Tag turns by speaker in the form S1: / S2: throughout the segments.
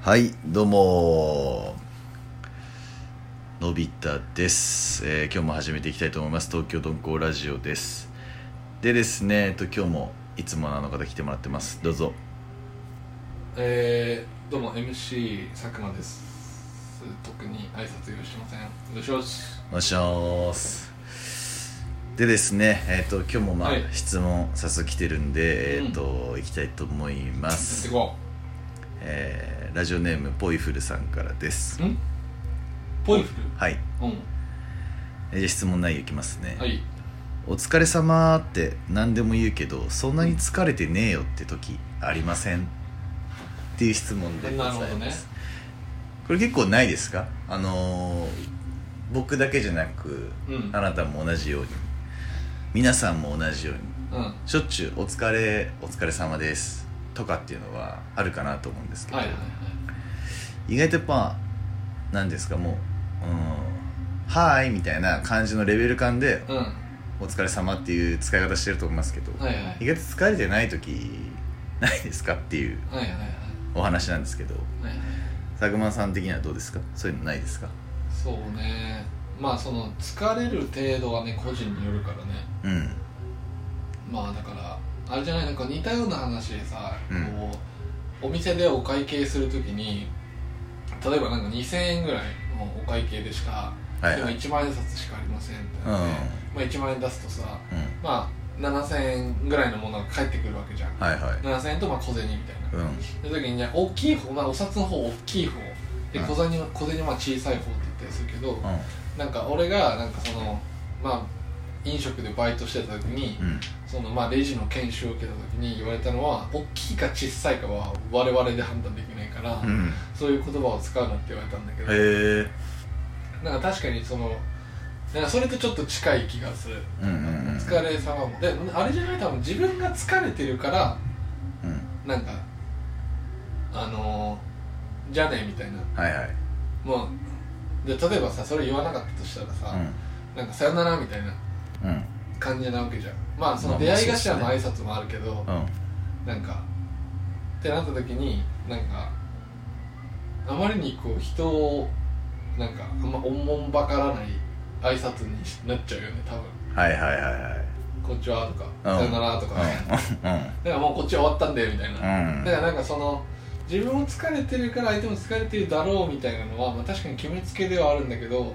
S1: はいどうものび太です、えー今日も始めていきたいと思います東京鈍行ラジオですでですね、えっと、今日もいつものあの方来てもらってますどうぞ
S2: えー、どうも MC 佐久間です特に挨拶用意してませんよろしくお願いします
S1: お願いしますでですね、えっと今日もまあ、
S2: はい
S1: 質問早速来てるんで、
S2: うん
S1: えっと行きたいと思いま
S2: 行っ
S1: す
S2: て、こ
S1: えーラジオネームポイフルさんからです
S2: ううんポイフル
S1: はい
S2: うん
S1: えーじゃあ質問内容いきますね、
S2: はい
S1: お疲れ様って何でも言うけどそんなに疲れてねえよって時ありませんっていう質問でござい
S2: なるほど
S1: ま
S2: ね
S1: す、これ結構ないですかあのー僕だけじゃなく、
S2: うん
S1: あなたも同じように皆さんも同じように
S2: うん
S1: しょっちゅう「お疲れお疲れ様です」とかっていうのはあるかなと思うんですけど、
S2: はいはいはい
S1: 意外とやっぱ何ですかもう「うんはーい」みたいな感じのレベル感で
S2: うんは
S1: 「お疲れ様っていう使い方してると思いますけど、
S2: いはいはい
S1: 意外と疲れてない時ないですかっていう
S2: はいはいはい
S1: お話なんですけど
S2: はいはい
S1: 佐久間さん的にはどうですかそういうのないですか
S2: そうねまあその疲れる程度はね個人によるからね
S1: うん
S2: まあだからあれじゃないなんか似たような話でさ、
S1: うん
S2: こうお店でお会計するときに例えばなんか2000円ぐらいのお会計でしか、
S1: はい
S2: で
S1: は
S2: も
S1: い
S2: 1万円札しかありませんって
S1: うん
S2: なって、まあ、1万円出すとさ
S1: うん
S2: まあ7000円ぐらいのものが返ってくるわけじゃん、
S1: はいはい
S2: 7000円とまあ小銭みたいな
S1: うん
S2: その時にね大きい方、まあ、お札の方大きい方で
S1: うん
S2: 小銭は小銭はまあ小さい方って言ったりするけど、なんか俺がなんかそのまあ飲食でバイトしてた時に、
S1: うんうん
S2: そのまあレジの研修を受けた時に言われたのは大きいか小さいかは我々で判断できないから、
S1: うん
S2: そういう言葉を使うなって言われたんだけど、
S1: へえ
S2: なんか確かにそのなんかそれとちょっと近い気がする、
S1: うんうんうん
S2: 疲れ様もであれじゃない多分自分が疲れてるから
S1: うん
S2: なんかあのー、じゃあねみたいな
S1: はいはい
S2: もうで例えばさそれ言わなかったとしたらさ、なんかさよならみたいな
S1: うんうん
S2: 感じなわけじゃんまあそ
S1: ま
S2: の
S1: あま
S2: 出
S1: あ
S2: 会い頭の
S1: そう
S2: 挨拶もあるけど、
S1: うん
S2: なんかってなった時になんかあまりにこう人をなんかあんまおもんばからない挨拶になっちゃうよね多分
S1: はいはいはいはい
S2: 「こんにちは」とか「
S1: うん
S2: さよなら」とか、だ
S1: う
S2: からもうこっち終わったんだよみたいな、だ
S1: んうん
S2: からなんかその自分も疲れてるから相手も疲れてるだろうみたいなのは、まあ、確かに決めつけではあるんだけど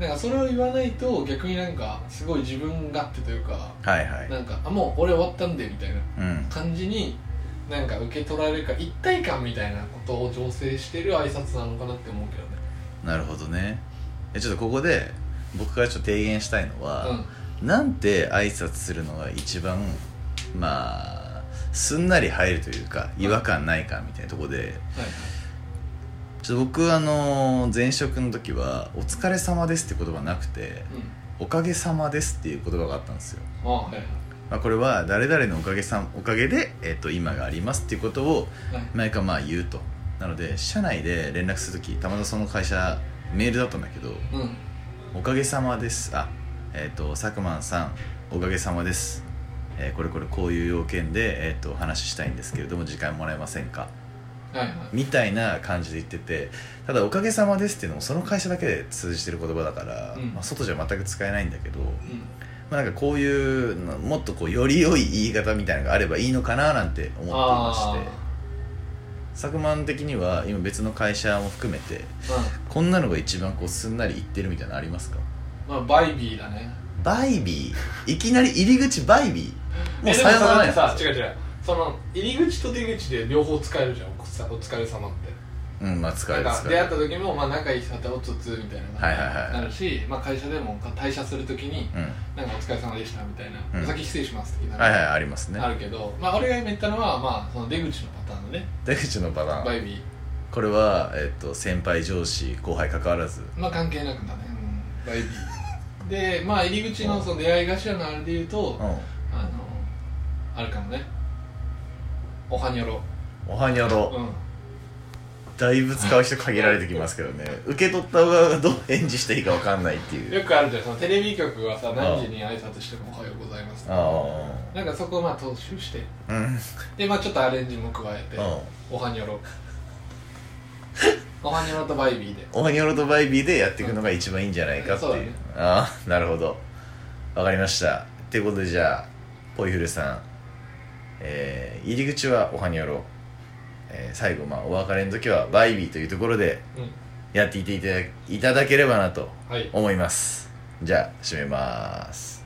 S2: なんかそれを言わないと逆になんかすごい自分勝手というか
S1: はいはい
S2: なんか「あもう俺終わったんで」みたい
S1: う
S2: な
S1: ん
S2: 感じになんか受け取られるか一体感みたいなことを醸成してる挨拶なのかなって思うけどね
S1: なるほどねえちょっとここで僕からちょっと提言したいのは、
S2: う
S1: なんて挨拶するのが一番まあすんなり入るというか違和感ないかみたいなところでちょっと僕あの前職の時は「お疲れ様です」って言葉なくて
S2: んうん
S1: 「おかげさまです」っていう言葉があったんですよ、
S2: あはいはい
S1: まあ、これは誰々のおかげさんおかげで、えっと今がありますっていうことを
S2: はい
S1: 毎回まあ言うとなので社内で連絡する時たまたまその会社メールだったんだけど
S2: うんうん
S1: 「おかげさまです」あえっ、と佐久間さんおかげさまです、えーこれこれこういう要件で、えー、とお話ししたいんですけれども時間もらえませんか
S2: はいはい
S1: みたいな感じで言っててただ「おかげさまです」っていうのもその会社だけで通じてる言葉だから、
S2: うん
S1: まあ、外じゃ全く使えないんだけど、
S2: うん
S1: まあ、なんかこういうのもっとこうより良い言い方みたいなのがあればいいのかななんて思っていまして佐久間的には今別の会社も含めて
S2: あー
S1: こんなのが一番こうすんなり言ってるみたいなのありますか
S2: うんまあバイビーだね
S1: バイビーいきなり入り口バイビーもう
S2: えで
S1: さよならやん
S2: それってさ違う違うその入り口と出口で両方使えるじゃんおさお疲れ様って
S1: うんまあ使
S2: な
S1: え
S2: ん
S1: る
S2: か
S1: 使
S2: 出
S1: え
S2: 会っ
S1: る
S2: た時もまあ仲いい人だったらおつおつみたいな
S1: はいはいはい
S2: なるし、まあ、会社でも退社するときに
S1: うん
S2: なんかお疲れ様でしたみたいな、
S1: うん
S2: お先失礼します的な、
S1: はいはいありますね
S2: あるけど、まあ、俺が今言ったのは、まあ、その出口のパターンのね、
S1: 出口のパタ
S2: バ
S1: ーン
S2: イビー、
S1: これは、えっと先輩上司後輩関わらず
S2: まあ、関係なくだね、うん、バイビー。で、まあ、入り口のその出会い頭のあれで言うと、
S1: うん
S2: あの、あるかもね、おはにょろ、
S1: おはにゃろ
S2: うん、
S1: だいぶ使う人限られてきますけどね受け取った側がどう返事していいか分かんないっていう
S2: よくあるじゃん、そのテレビ局はさ、何時に挨拶してもおはようございますとか。
S1: あ
S2: なんかそこをまあ踏襲して、
S1: あうん
S2: で、まあ、ちょっとアレンジも加えて、
S1: うん
S2: おはにょろ。おはにょろとバイビーで
S1: オハニョロとバイビーでやっていくのが一番いいんじゃないかっていう、
S2: うんそうだね
S1: ああなるほどわかりましたっていうことでじゃあポイフルさんえー、入り口はオハニョロ、えー最後まあお別れの時はバイビーというところで
S2: うん
S1: やっていていただいただければなと
S2: はい
S1: 思いますじゃあ締めます